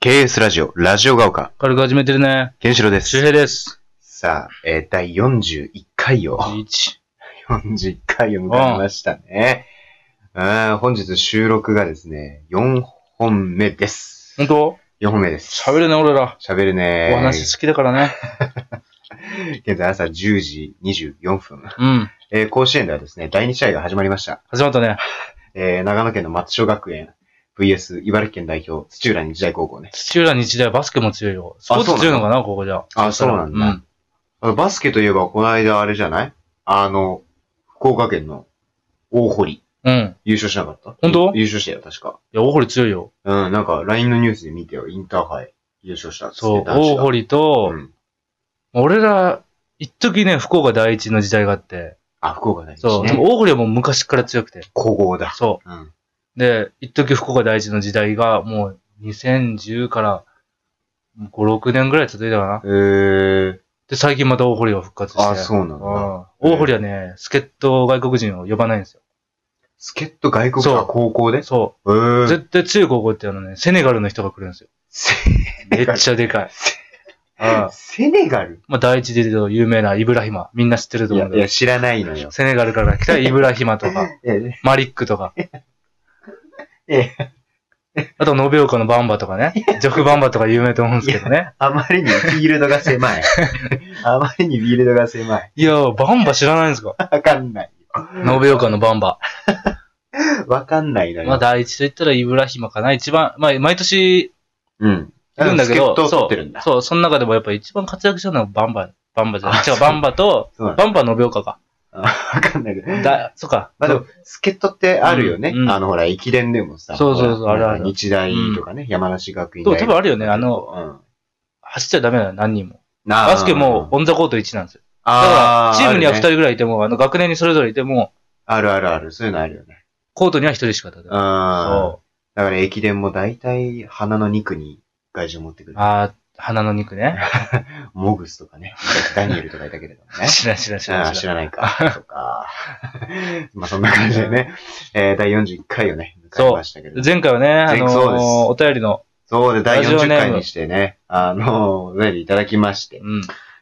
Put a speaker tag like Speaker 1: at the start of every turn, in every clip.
Speaker 1: KS ラジオ、ラジオが丘、
Speaker 2: 軽く始めてるね。
Speaker 1: ケンシロウで
Speaker 2: 周
Speaker 1: す。
Speaker 2: 平です。
Speaker 1: さあ、えー第41回を、
Speaker 2: 1。
Speaker 1: 41回を迎えましたね。あー本日収録がですね、4本目です
Speaker 2: ほ。んと
Speaker 1: 4本目です。
Speaker 2: 喋るね、俺ら。
Speaker 1: 喋るね。
Speaker 2: お話好きだからね。
Speaker 1: 現在朝10時24分。
Speaker 2: うん。
Speaker 1: えー甲子園ではですね、第2試合が始まりました。
Speaker 2: 始まったね。
Speaker 1: えー長野県の松商学園、VS 茨城県代表、土浦日大高校ね。
Speaker 2: 土浦日大バスケも強いよ。スポーツ強いのかな、ここじゃ。
Speaker 1: あ、そうなんだ。あバスケといえば、この間あれじゃないあの、福岡県の大堀、
Speaker 2: うん。うん。い
Speaker 1: 優勝しなかった
Speaker 2: 本当
Speaker 1: 優勝したよ、確か。
Speaker 2: や、大堀強いよ。
Speaker 1: うん、なんか、LINE のニュースで見てよ、インターハイ優勝したっつって
Speaker 2: そう。
Speaker 1: 男子
Speaker 2: 大
Speaker 1: が
Speaker 2: 堀と、
Speaker 1: うん。
Speaker 2: 俺ら、一時ね、福岡第一の時代があって。
Speaker 1: あ、福岡第一
Speaker 2: そう。で
Speaker 1: ね。
Speaker 2: も大堀はもう昔から強くて。
Speaker 1: 古豪だ。
Speaker 2: そ
Speaker 1: うん。
Speaker 2: う。で、一時福岡第一の時代が、もう2010から5、6年ぐらい続いたかな。
Speaker 1: えー、
Speaker 2: で、最近また大堀が復活して。
Speaker 1: あ、そうなんだ。
Speaker 2: うん大堀はね、助っ人外国人を呼ばないんですよ。
Speaker 1: 助っ人外国か
Speaker 2: そう
Speaker 1: 高校で
Speaker 2: そ
Speaker 1: え
Speaker 2: う。
Speaker 1: ー。
Speaker 2: 絶対強い高校ってあのね、セネガルの人が来るんですよ。めっちゃでかい。うん
Speaker 1: セネガル
Speaker 2: まあ、第一で言うと有名なイブラヒマ。みんな知ってると
Speaker 1: い
Speaker 2: 思
Speaker 1: や、
Speaker 2: う
Speaker 1: い
Speaker 2: け
Speaker 1: や
Speaker 2: ど。
Speaker 1: 知らないのよ。
Speaker 2: セネガルから来た イブラヒマとか、
Speaker 1: え
Speaker 2: マリックとか。
Speaker 1: え
Speaker 2: あと、延岡のバンバとかね。ジョフバンバとか有名と思うんですけどね。
Speaker 1: あまりにフィールドが 狭い。あまりにフィールドが狭い。
Speaker 2: いやー、バンバ知らないんですか
Speaker 1: わかんない。
Speaker 2: 延岡のバンバ。
Speaker 1: わかんないのよ。
Speaker 2: まあ、第一と言ったらイブラヒマかな。一番、まあ、毎年
Speaker 1: うん。
Speaker 2: いるんだけど、
Speaker 1: 助っ人取
Speaker 2: そう
Speaker 1: ってるんだ。
Speaker 2: そう、その中でもやっぱ一番活躍したのはバンバ、バンバじゃない。
Speaker 1: あ
Speaker 2: 違
Speaker 1: そう
Speaker 2: う、バンバと、
Speaker 1: そうなんだ
Speaker 2: バンバの延岡か。
Speaker 1: あわかんないけど。
Speaker 2: だ、そっか。
Speaker 1: まあでも、助っ人ってあるよね。
Speaker 2: うんうん
Speaker 1: あの、ほら、駅伝でもさ。
Speaker 2: そうそうそう
Speaker 1: ほら
Speaker 2: あるある
Speaker 1: 日大とかね、山梨学院
Speaker 2: でも
Speaker 1: 大
Speaker 2: 多
Speaker 1: 学
Speaker 2: 分あるよね、あの、
Speaker 1: うん。
Speaker 2: 走っちゃダメなの、何人も。
Speaker 1: な
Speaker 2: バスケも、オンザコート1なんですよ。だから、チームには2
Speaker 1: あるね
Speaker 2: 人ぐらいいても、あの、学年にそれぞれいても、
Speaker 1: あるあるある。そういうのあるよね。
Speaker 2: コートには1人しか立て
Speaker 1: うん。
Speaker 2: ない。
Speaker 1: だ
Speaker 2: そ
Speaker 1: から駅伝も大体、鼻の肉に外人を持ってく
Speaker 2: う。
Speaker 1: る。
Speaker 2: あー、鼻の肉ね。
Speaker 1: モグスとかね。ダニエルとかいたけれど もね。
Speaker 2: 知らん知らん知
Speaker 1: あ
Speaker 2: らん
Speaker 1: あ、
Speaker 2: 知
Speaker 1: 知
Speaker 2: らん。
Speaker 1: らないか。そっか。 まあそんな感じでね、えー、第41回をね、迎えましたけれども。
Speaker 2: 前回はね、あ
Speaker 1: 前
Speaker 2: の
Speaker 1: 回そうです
Speaker 2: ー、お便りの、
Speaker 1: そうで、第
Speaker 2: ラジオネ
Speaker 1: 40
Speaker 2: ーム
Speaker 1: 回にしてね、あの、お便りいただきまして、
Speaker 2: うん。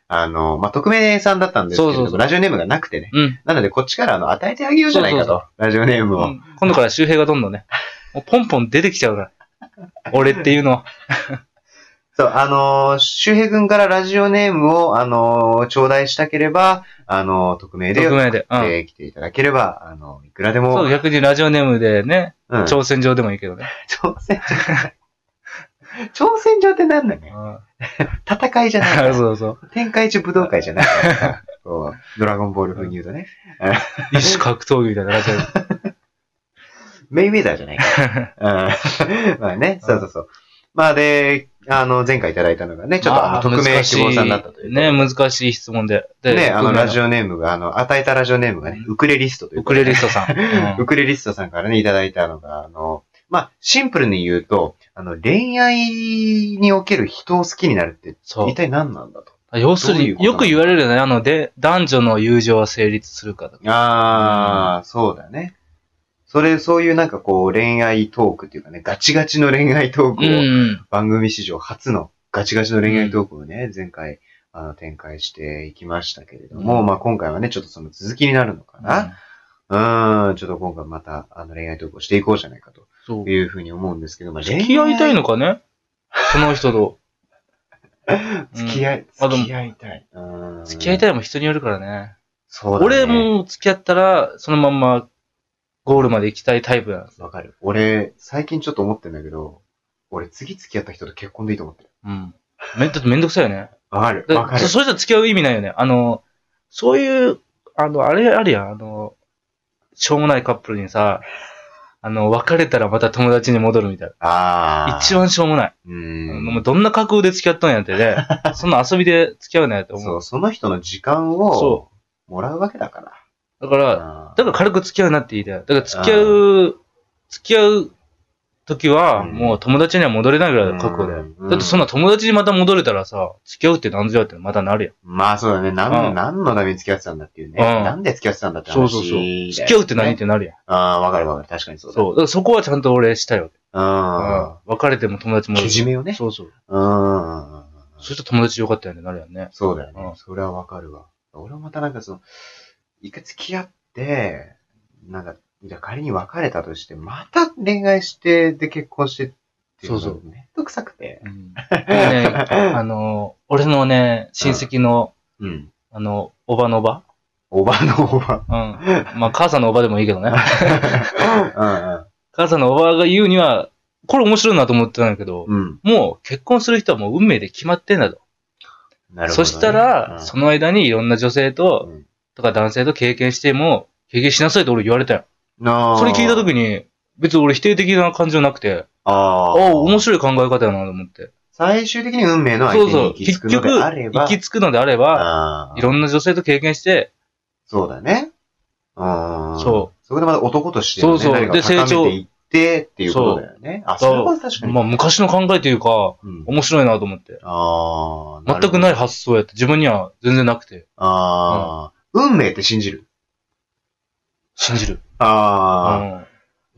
Speaker 1: あの、まあ、匿名さんだったんですけれども、
Speaker 2: そうそうそう
Speaker 1: ラジオネームがなくてね。
Speaker 2: うん。
Speaker 1: なので、こっちからあの、与えてあげようじゃないかと。
Speaker 2: そう
Speaker 1: ラジオネームを。
Speaker 2: うん今度から周平がどんどんね、もうポンポン出てきちゃ うから。俺っていうのは。
Speaker 1: そう、あのー周平くんからラジオネームを、あのー頂戴したければ、あのー匿名で、
Speaker 2: 匿名で。うん。
Speaker 1: えー来ていただければ、あのいくらでも、
Speaker 2: そう、逆にラジオネームでね、
Speaker 1: うん、挑
Speaker 2: 挑戦状でもいいけどね。
Speaker 1: 戦状。挑戦状ってなんだね。
Speaker 2: うん、
Speaker 1: 戦いじゃないから。
Speaker 2: そうそう。
Speaker 1: 天下一武道会じゃないから。そうドラゴンボール風に言うとね。
Speaker 2: 一種格闘技みたいな ラジオネーム。
Speaker 1: メイウェザーじゃない から。うんまあね、そうそうそう。まあで、あの、前回いただいたのがね、ちょっとあの、匿名希望さんだったという。
Speaker 2: ね、難しい質問で。で、
Speaker 1: ね、あの、ラジ
Speaker 2: オ。
Speaker 1: オネームが、あの、与えたラジオネームがね、
Speaker 2: う
Speaker 1: ウクレリストという
Speaker 2: ウ
Speaker 1: こ
Speaker 2: ク
Speaker 1: とで。
Speaker 2: レリストさ ん。うん
Speaker 1: ウクレリストさんからね、いただいたのが、あの、まあ、シンプルに言うと、あの、恋愛における人を好きになるって、
Speaker 2: そう
Speaker 1: 一体何なんだと。
Speaker 2: 要する
Speaker 1: どういうこと
Speaker 2: に、
Speaker 1: な
Speaker 2: よ
Speaker 1: の
Speaker 2: く言われるよね。あの、で、男女の友情は成立するかとか。
Speaker 1: ああ、そうだね。それ、そういうなんかこう、恋愛トークっていうかね、ガチガチの恋愛トーク
Speaker 2: う
Speaker 1: を、
Speaker 2: ん。
Speaker 1: 番組史上初のガチガチの恋愛トークをね、前回あの展開していきましたけれども、
Speaker 2: うん
Speaker 1: まあ今回はね、ちょっとその続きになるのかな。うん、んちょっと今回またあの恋愛トークをしていこうじゃないかと
Speaker 2: そう。
Speaker 1: いうふうに思うんですけど、まあ
Speaker 2: 付き合いたいのかねその人と。
Speaker 1: 付き合い、
Speaker 2: あでも
Speaker 1: 付き合いたい。うん
Speaker 2: 付き合いたいも人によるからね。
Speaker 1: そうだね。
Speaker 2: 俺。も付き合ったら、そのまんまゴールまで行きたいタイプなんですよ。
Speaker 1: わかる。俺、最近ちょっと思ってんだけど、俺次付き合った人と結婚でいいと思ってる。
Speaker 2: うん。めんどめんどくさいよね。
Speaker 1: わかる。
Speaker 2: だ
Speaker 1: わかる
Speaker 2: そ。それじゃ付き合う意味ないよね。あの、そういう、あの、あれあるやん、あの、しょうもないカップルにさ、あの、別れたらまた友達に戻るみたい
Speaker 1: あ
Speaker 2: な。
Speaker 1: あ。
Speaker 2: 一。番しょうもない。
Speaker 1: う。
Speaker 2: もうんどんな覚悟で付き合ったんやって ね。そんな遊びで付き合うなやって思。
Speaker 1: そうう、その人の時間を
Speaker 2: そ
Speaker 1: もらうわけだから。
Speaker 2: だから、
Speaker 1: だ
Speaker 2: だから軽く付き合うなって言いたい。だから付き合う、付き合う時は、
Speaker 1: うん
Speaker 2: もう友達には戻れないぐらいの覚悟で。
Speaker 1: うん
Speaker 2: だってそんな友達にまた戻れたらさ、付き合うって何ぞやってまたなる
Speaker 1: まあそうだね。なん、
Speaker 2: うん
Speaker 1: 何のために付き合ってたんだっていうね。
Speaker 2: うん
Speaker 1: なんで付き合ってたんだって
Speaker 2: やん。
Speaker 1: 話だ
Speaker 2: そ
Speaker 1: よ
Speaker 2: う
Speaker 1: ね、
Speaker 2: そうそう。付き合うって何ってなるやん。
Speaker 1: ああ、わかるわかる。確かにそうだ。
Speaker 2: そう。だからそこはちゃんと俺したいわけ。
Speaker 1: う
Speaker 2: うん。別れても友達
Speaker 1: ん。
Speaker 2: 戻
Speaker 1: け
Speaker 2: る。
Speaker 1: じめをね。
Speaker 2: そうそ
Speaker 1: う
Speaker 2: う。
Speaker 1: ん。
Speaker 2: そしたら友達よかったよね、なるやんね。
Speaker 1: そうだよ
Speaker 2: う
Speaker 1: ね
Speaker 2: ん。
Speaker 1: それはわかるわ。俺もまたなんかその、一回付き合って、なんか、じゃあ仮に別れたとして、また恋愛して、で結婚してっていの
Speaker 2: そうそう
Speaker 1: めんどくさくて。
Speaker 2: うん。ね、あの、俺のね、親戚の、
Speaker 1: うん。
Speaker 2: あの、おばのおば
Speaker 1: おばのおば。
Speaker 2: うん。まあ、母さんのおばでもいいけどね。
Speaker 1: うん
Speaker 2: 母さんのおばが言うには、これ面白いなと思ってたんだけど、
Speaker 1: うん。うん。
Speaker 2: もう結婚する人はもう運命で決まってんだと。
Speaker 1: なるほどね。
Speaker 2: そしたら、その間にいろんな女性と、
Speaker 1: うん
Speaker 2: とか男性と経験しても、経験しなさいと俺言われたよ。
Speaker 1: の
Speaker 2: それ聞いたとき
Speaker 1: に、
Speaker 2: に、別に俺否定的な感情なくて、あ
Speaker 1: あ
Speaker 2: あ、面
Speaker 1: あ。
Speaker 2: 白い考え方だなと思って。
Speaker 1: 最終的に運命の相
Speaker 2: そう
Speaker 1: 手に行き着
Speaker 2: そう。結
Speaker 1: くの
Speaker 2: 局、
Speaker 1: であれば、
Speaker 2: 行き着くのであれば、
Speaker 1: ああ
Speaker 2: いろんな女性と経験して、
Speaker 1: そうだね。うん。。
Speaker 2: そう
Speaker 1: そこでまた男として、ね、
Speaker 2: そうそう
Speaker 1: 何か
Speaker 2: で
Speaker 1: 高め
Speaker 2: 成長
Speaker 1: ていってっていうことだよね。あ、
Speaker 2: そう
Speaker 1: それは確かに。
Speaker 2: まあ昔の考えというか、
Speaker 1: うん
Speaker 2: 面白いなと思って。
Speaker 1: ああ、。
Speaker 2: 全くないい発想やって、自分には全然なくて、
Speaker 1: ああ、運命って信じる。
Speaker 2: 信じる。
Speaker 1: あ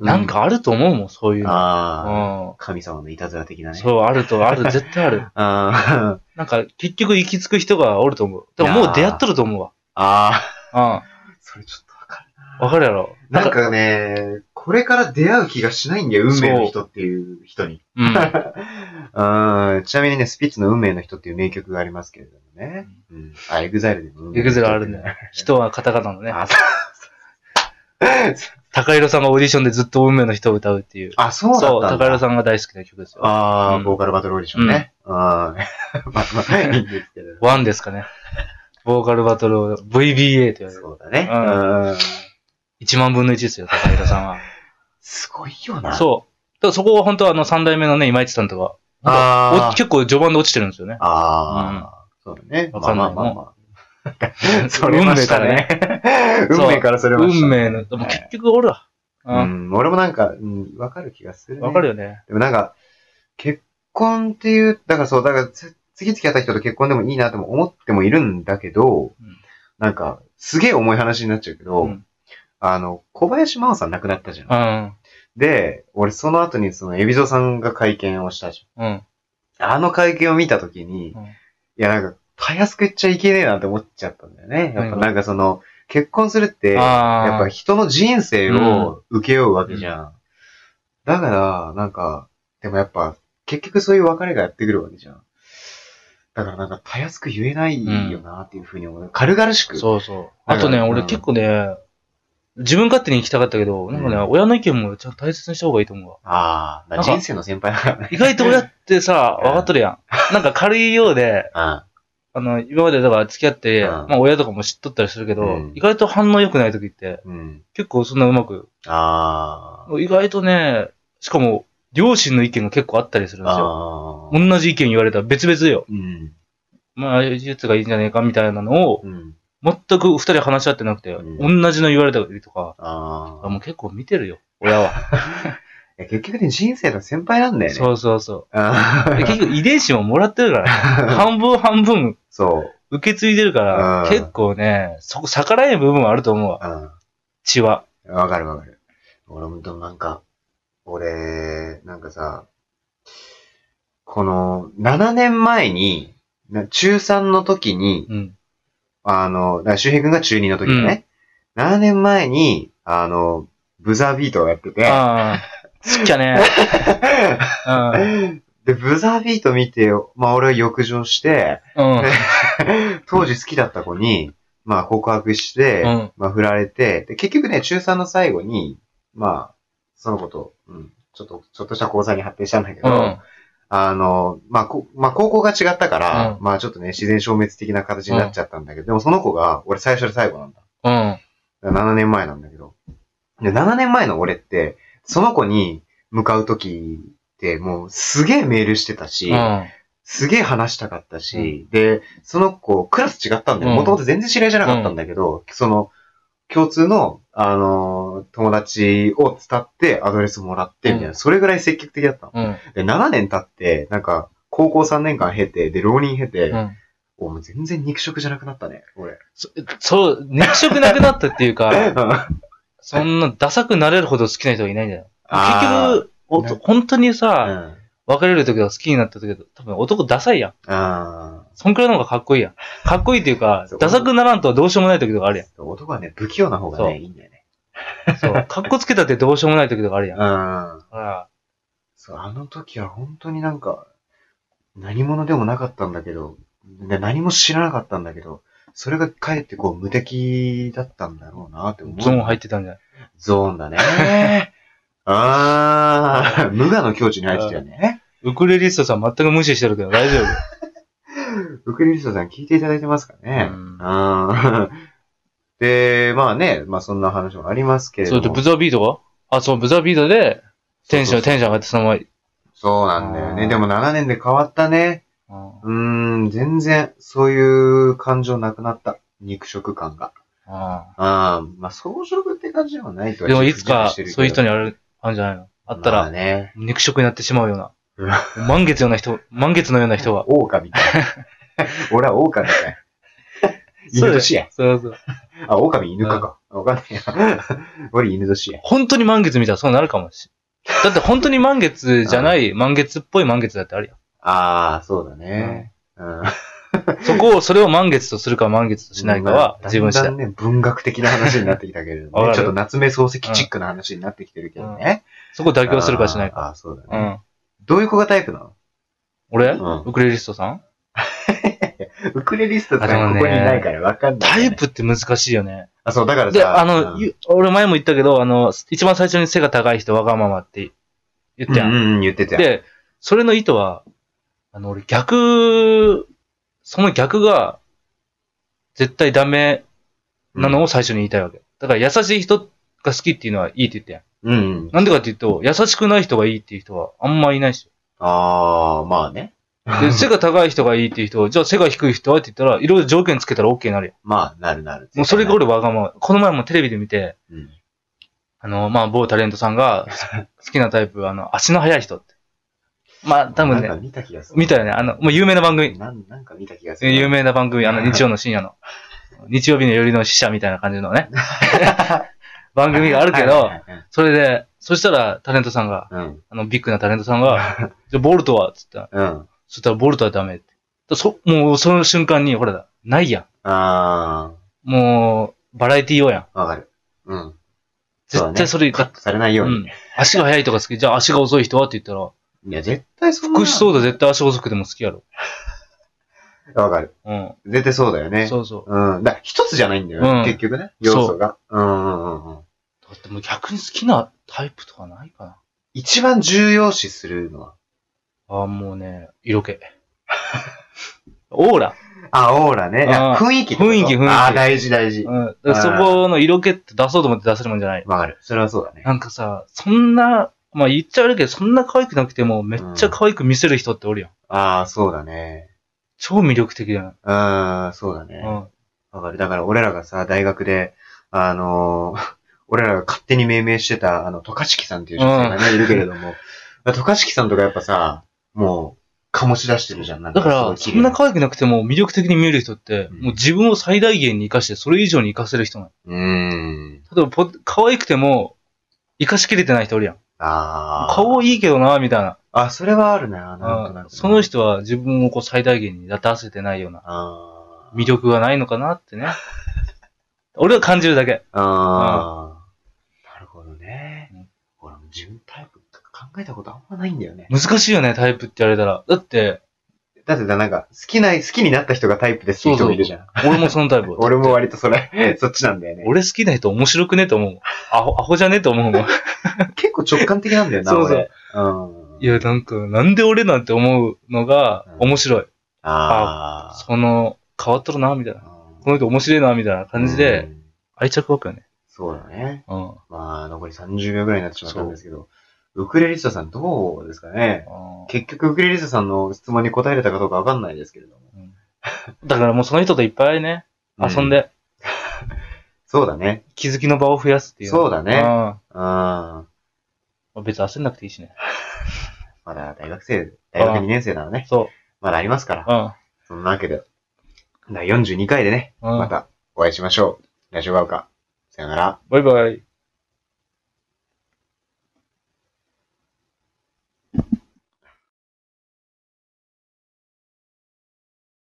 Speaker 2: う
Speaker 1: あ、
Speaker 2: ん。なん、かあると思うもん、そういうの。
Speaker 1: ああ、
Speaker 2: う。
Speaker 1: 神様のいたずら的なんね。う。
Speaker 2: そう、あると、ある、絶対 ある。
Speaker 1: あー
Speaker 2: なんか、結局行き着く人がおると思う。でももう出会っとると思うわ。
Speaker 1: あ
Speaker 2: う
Speaker 1: ー、それちょっとわかる。
Speaker 2: ん。わかるやろ。
Speaker 1: なん、かね、これから出会う気がしないんだよ、運命の人っていう人に。
Speaker 2: うん。
Speaker 1: うんちなみにね、スピッツの運命の人っていう名曲がありますけれどもね。うん。あ、エグザイルでも。
Speaker 2: エグゼルあるんだよ。人はカタカナのね。
Speaker 1: あ、そう。
Speaker 2: 高弘さんがオーディションでずっと運命の人を歌うっていう。
Speaker 1: あ、そうだった
Speaker 2: そ
Speaker 1: ん
Speaker 2: う、
Speaker 1: だ。
Speaker 2: 高弘さんが大好きな曲ですよ。
Speaker 1: ああ、
Speaker 2: うん
Speaker 1: ボーカルバトルオーディションね。うん。まあ まあ、いいんですけど。
Speaker 2: ワンですかね。ボーカルバトルを VBA と言われる。
Speaker 1: そうだね。
Speaker 2: うん
Speaker 1: うん。
Speaker 2: 1万分の1ですよ、高弘さんは。
Speaker 1: すごいよな。う。
Speaker 2: そう。だからそこは本当はあの3代目のね、今市さんとか、お
Speaker 1: あー
Speaker 2: 結構序盤で落ちてるんですよね。
Speaker 1: あー。そうだね。
Speaker 2: わかんない
Speaker 1: まあまあまあまあ。 それましたね。
Speaker 2: 運命からね
Speaker 1: 運命からそれました。
Speaker 2: 運命の、でも結局おるわ。う。
Speaker 1: うんん。俺もなんか、うんわかる気がするね。
Speaker 2: わかるよね。
Speaker 1: でもなんか、結婚っていう、だからそう、だからつ次付き合った人と結婚でもいいなとも思ってもいるんだけど、
Speaker 2: うん
Speaker 1: なんか、すげえ重い話になっちゃうけど、
Speaker 2: うん
Speaker 1: あの、小林真央さん亡くなったじゃん。
Speaker 2: うん。
Speaker 1: で、俺その後にその、エビゾさんが会見をしたじ
Speaker 2: うん。
Speaker 1: ゃん。あの会見を見たときに、
Speaker 2: うん
Speaker 1: いやなんか、たやすく言っちゃいけねえなって思っちゃったんだよね。やっぱ
Speaker 2: うん
Speaker 1: なんかその、結婚するって、
Speaker 2: あ
Speaker 1: やっぱ
Speaker 2: あ。
Speaker 1: 人の人生を受け負うわけじゃん。だから、なんか、でもやっぱ、結局そういう別れがやってくるわけじゃん。だからなんか、たやすく言えないよなっていうふうに思う。軽々しく。
Speaker 2: そうそう。あとね、
Speaker 1: だから
Speaker 2: 俺結構ね、自分勝手に行きたかったけど、なんかね、
Speaker 1: うん
Speaker 2: 親の意見もちゃんと大切にした方がいいと思うわ。
Speaker 1: ああ、だから人生の先輩だからね。
Speaker 2: 意外と親ってさ、
Speaker 1: うん
Speaker 2: 分かっとるやん。なんか軽いようで、
Speaker 1: あ
Speaker 2: あの、今までだから付き合って、
Speaker 1: うん
Speaker 2: まあ親とかも知っとったりするけど、
Speaker 1: うん
Speaker 2: 意外と反応良くない時って、
Speaker 1: うん。
Speaker 2: 結構そんなうまく、
Speaker 1: ああ。
Speaker 2: 意外とね、しかも、両親の意見が結構あったりするんですよ。
Speaker 1: ああ。
Speaker 2: 同じ意見言われたら別々よ。
Speaker 1: うん。
Speaker 2: まあ、ああいう技術がいいんじゃねえかみたいなのを、
Speaker 1: うん。
Speaker 2: 全く二人話し合ってなくて、
Speaker 1: う
Speaker 2: 同じの言われたりとか、
Speaker 1: あ
Speaker 2: あ
Speaker 1: あ。
Speaker 2: もう結構見てるよ、親は。
Speaker 1: いや結局ね、人生の先輩なんだよね。
Speaker 2: そうそうそ
Speaker 1: あ
Speaker 2: う。で
Speaker 1: ー
Speaker 2: 結局遺伝子ももらってるから、 ね、半分半分
Speaker 1: そう。
Speaker 2: 受け継いでるから、
Speaker 1: うん
Speaker 2: 結構ね、そこ逆らえん部分はあると思うわ。
Speaker 1: うん。
Speaker 2: 血は。
Speaker 1: わかるわかる。俺もでもなんか、俺、なんかさ、この、7年前に、な中3の時に、
Speaker 2: うん。
Speaker 1: あの、だから周平君が中2の時だね、7年前に、あの、ブザービートをやってて、
Speaker 2: ああ、好きやね。うん
Speaker 1: で、ブザービート見て、まあ俺は浴場 して、。
Speaker 2: うん。
Speaker 1: 当時好きだった子に、まあ告白して、
Speaker 2: うん
Speaker 1: まあ振られて、で、結局ね、中3の最後に、まあ、その子と、うん、ちょっと、ちょっとした交際に発展したんだけど、
Speaker 2: うん。
Speaker 1: あの、まあ、こまあ、高校が違ったから、
Speaker 2: う
Speaker 1: まあ、ちょっとね、自然消滅的な形になっちゃったんだけど、でもその子が、俺最初で最後なんだ。
Speaker 2: うん。
Speaker 1: だから7年前なんだけど。で、7年前の俺って、その子に向かうときって、もうすげえメールしてたし、
Speaker 2: うん。
Speaker 1: すげえ話したかったし、で、その子、クラス違ったんだよ。
Speaker 2: うん
Speaker 1: もともと全然知り合いじゃなかったんだけど、その、共通の、あのー友達を伝ってアドレスもらって、みたいな、
Speaker 2: うん
Speaker 1: それぐらい積極的だったの。
Speaker 2: うん。
Speaker 1: で、7年経って、なんか、高校3年間経て、で、浪人経て、
Speaker 2: うん。
Speaker 1: おもう全然肉食じゃなくなったね、俺。
Speaker 2: そそう、肉食なくなったってい う か、
Speaker 1: あ
Speaker 2: そんなダサくなれるほど好きな人がいないんだよ。
Speaker 1: ー、
Speaker 2: 結局、お
Speaker 1: な
Speaker 2: 本当に
Speaker 1: う
Speaker 2: さ、
Speaker 1: ん。
Speaker 2: 別れる時は好きになった時は多分男ダサいやん。
Speaker 1: あ
Speaker 2: そんくらいの方がかっこいいやん。かっこいいっていうか
Speaker 1: そう、
Speaker 2: ダサくならんとどうしようもない時とかある
Speaker 1: ー男はね、不器用な方が
Speaker 2: そう
Speaker 1: ね、いいんだよね。
Speaker 2: やん。 そう。かっこつけたってどうしようもない時とかある
Speaker 1: う
Speaker 2: やん。だ
Speaker 1: ん。
Speaker 2: から
Speaker 1: そう、あの時は本当になんか、何者でもなかったんだけど、で何も知らなかったんだけど、それがかえってこう無敵だったんだろうなって思う。
Speaker 2: ゾーン入ってたんじゃない
Speaker 1: ゾーンだ ね。あー、無我の境地に入ってたよね。
Speaker 2: ウクレリストさん全く無視してるけど大丈夫。
Speaker 1: ウクレリストさん聞いていただいてますかね。
Speaker 2: うん
Speaker 1: あー で、まあね、まあそんな話もありますけれど
Speaker 2: そう
Speaker 1: も。
Speaker 2: で、ブザービートがあ、そう、ブザービートで、テンション、テンション上がってそのまま
Speaker 1: そうなんだよ
Speaker 2: あ
Speaker 1: ね。
Speaker 2: ー
Speaker 1: でも7年で変わったね。
Speaker 2: うん
Speaker 1: うーん、全然そういう感情なくなった。肉食感が。
Speaker 2: あ
Speaker 1: ああ、まあ、装飾って感じではないと
Speaker 2: あ
Speaker 1: は
Speaker 2: でもいつか、
Speaker 1: 自
Speaker 2: そうい
Speaker 1: 覚してる
Speaker 2: う人
Speaker 1: けど
Speaker 2: にある、あるんじゃないのあったら
Speaker 1: まあ、ね。
Speaker 2: 肉食になってしまうよ うな
Speaker 1: う。
Speaker 2: 満月ような人、満月のような人が。
Speaker 1: 狼か。 俺は狼 か。犬年や。
Speaker 2: そうそう。
Speaker 1: あ、狼犬かか。わかんないや。 俺犬年や。
Speaker 2: 本当に満月見たらそうなるかもしれんだって本当に満月じゃない、満月っぽい満月だってある
Speaker 1: ああ、そうだ
Speaker 2: やん。
Speaker 1: ね。うん。
Speaker 2: うんそこを、それを満月とするか満月としないかは
Speaker 1: まあ
Speaker 2: 自分次
Speaker 1: だ
Speaker 2: 第
Speaker 1: ん。だんね、文学的な話になってきたけれど
Speaker 2: わ
Speaker 1: もね。
Speaker 2: かる
Speaker 1: ちょっと夏目漱石チックな話になってきてるけどね。
Speaker 2: そこを妥協するかしないか。
Speaker 1: か。ああ、そう
Speaker 2: う
Speaker 1: だね。
Speaker 2: ん。
Speaker 1: どういう子がタイプなの
Speaker 2: 俺、
Speaker 1: うん
Speaker 2: ウクレリストさん
Speaker 1: ウクレリストさん
Speaker 2: あでも
Speaker 1: こ
Speaker 2: ね
Speaker 1: こにいないからわかんない
Speaker 2: タ
Speaker 1: よね。
Speaker 2: イプって難しいよね。
Speaker 1: あ、そう、だから
Speaker 2: で、
Speaker 1: さ。
Speaker 2: あの、
Speaker 1: うん
Speaker 2: ゆ俺前も言ったけど、あの、一番最初に背が高い人わがままって言ったやん。
Speaker 1: うんうんうん、言ってたよ。
Speaker 2: で、それの意図は、あの、俺逆、その逆が、絶対ダメなのを最初に言いたいわけ。だから優しい人が好きっていうのはいいって言ったやん。
Speaker 1: うんうん。
Speaker 2: なんでかっていうと、優しくない人がいいっていう人はあんまいないし。
Speaker 1: ああ、まあね。
Speaker 2: で、背が高い人がいいっていう人は、じゃあ背が低い人はって言ったら、いろいろ条件つけたら OK になるやん。
Speaker 1: まあ、なるなる。
Speaker 2: もうそれが俺わがまま。この前もテレビで見て、
Speaker 1: うん。
Speaker 2: あの、まあ、某タレントさん が好きなタイプ、あの、足の速い人って。まあ、多分
Speaker 1: なん
Speaker 2: ね、
Speaker 1: か見た気がする。
Speaker 2: 見たよね。あの、もう有名な番組、
Speaker 1: なんなんか見た気がする。
Speaker 2: 有。名な番組、あの、日曜の深夜 の、日曜日の夜の死者みたいな感じのね、番組があるけど、それで、そしたらタレントさんが、
Speaker 1: うん。
Speaker 2: あの、ビッグなタレントさんが、じゃあボルトはつったら、
Speaker 1: うん。
Speaker 2: そしたらボルトはダメって。だそ、もうその瞬間に、ほら、ないや
Speaker 1: あ
Speaker 2: ん。もう、バラエティー用やん。
Speaker 1: あ、わかる。うん。
Speaker 2: 絶対それ、だ
Speaker 1: されないよ
Speaker 2: う
Speaker 1: うに。
Speaker 2: ん。足が速いとか好き。じゃあ足が遅い人はって言ったら、
Speaker 1: いや、絶対そんな。
Speaker 2: 福士ソーダ絶対足遅くても好きやろ。
Speaker 1: わかる。
Speaker 2: うん。
Speaker 1: 絶対そうだよね。
Speaker 2: そうそう。
Speaker 1: うん。だから一つじゃないんだよ
Speaker 2: う
Speaker 1: ね。
Speaker 2: ん
Speaker 1: 結局ね。要素が。うんうんうんうん。
Speaker 2: だってもう逆に好きなタイプとかないかな。
Speaker 1: 一番重要視するのは。
Speaker 2: ああ、もうね、色気。オーラ。
Speaker 1: あ、オーラね。いや
Speaker 2: あー
Speaker 1: 雰囲気ってこと。
Speaker 2: 雰囲気雰囲気
Speaker 1: あー、大事大事。
Speaker 2: うん。だからそこの色気って出そうと思って出せるもんじゃない。
Speaker 1: わかる。それはそうだね。
Speaker 2: なんかさ、そんな、まあ言っちゃ悪いけど、そんな可愛くなくても、めっちゃ可愛く見せる人っておるやん。
Speaker 1: ああ、そうだね。
Speaker 2: 超魅力的だよ。
Speaker 1: うん、そうだね。
Speaker 2: うん。
Speaker 1: わかる。だから俺らがさ、大学で、あのー 俺らが勝手に命名してた、あの、トカシキさんっていう女性がね、いるけれども、トカシキさんとかやっぱさ、もう、醸し出してるじゃん。なん
Speaker 2: だから、
Speaker 1: す
Speaker 2: そ
Speaker 1: ごい綺麗
Speaker 2: んな可愛くなくても魅力的に見える人って、
Speaker 1: うん
Speaker 2: もう自分を最大限に活かして、それ以上に活かせる人なの。
Speaker 1: うーん。
Speaker 2: 例えばポ、可愛くても、活かしきれてない人おるやん。
Speaker 1: ああ。
Speaker 2: 顔いいけどな、みたいな。
Speaker 1: あ、それはあるな、なんとな
Speaker 2: あ
Speaker 1: く。
Speaker 2: その。人は自分をこう最大限に出せてないような
Speaker 1: あ
Speaker 2: 魅力がないのかなっ てね。俺は感じるだけ。
Speaker 1: あ。ああ。なるほどね
Speaker 2: うん。
Speaker 1: 俺も自分タイプとか考えたことあんまないんだよね。
Speaker 2: 難しいよね、タイプって言われたら。だって、
Speaker 1: だってさなんか、好きな、好きになった人がタイプですっていう人もいるじゃん。。
Speaker 2: 俺もそのタイプ
Speaker 1: 俺も割とそ れ、そっちなんだよね。
Speaker 2: 俺好きな人面白くねえと思うもん。アホ、アホじゃねえと思うもん。
Speaker 1: 結構直感的なんだよな、
Speaker 2: そうそう
Speaker 1: 俺。うん。
Speaker 2: いや、なんか、なんで俺なんて思うのが面白い。
Speaker 1: あ
Speaker 2: その、変わっとるな、みたいな。こ
Speaker 1: う
Speaker 2: の人面白いな、みたいな感じで、
Speaker 1: ん
Speaker 2: 愛着湧くよね。
Speaker 1: そうだね。
Speaker 2: うん。
Speaker 1: まあ、残り30秒ぐらいになってしまったんですけど、ウクレリストさんどうですかね結局、ウクレリストさんの質問に答えれたかどうかわかんないですけれども。
Speaker 2: だからもうその人といっぱいね、遊んで。
Speaker 1: そうだね。
Speaker 2: 気づきの場を増やすっていう。
Speaker 1: そうだねうん。
Speaker 2: うん
Speaker 1: ま
Speaker 2: まあ別に焦んなくていいしね。
Speaker 1: だ大学生、大学2年生ならね、
Speaker 2: そ
Speaker 1: まだありますから
Speaker 2: う。。うん。
Speaker 1: そんなわけで、第42回でね、
Speaker 2: うん
Speaker 1: またお会いしましょう。ラジオガウカ。さよなら。
Speaker 2: バイバイ。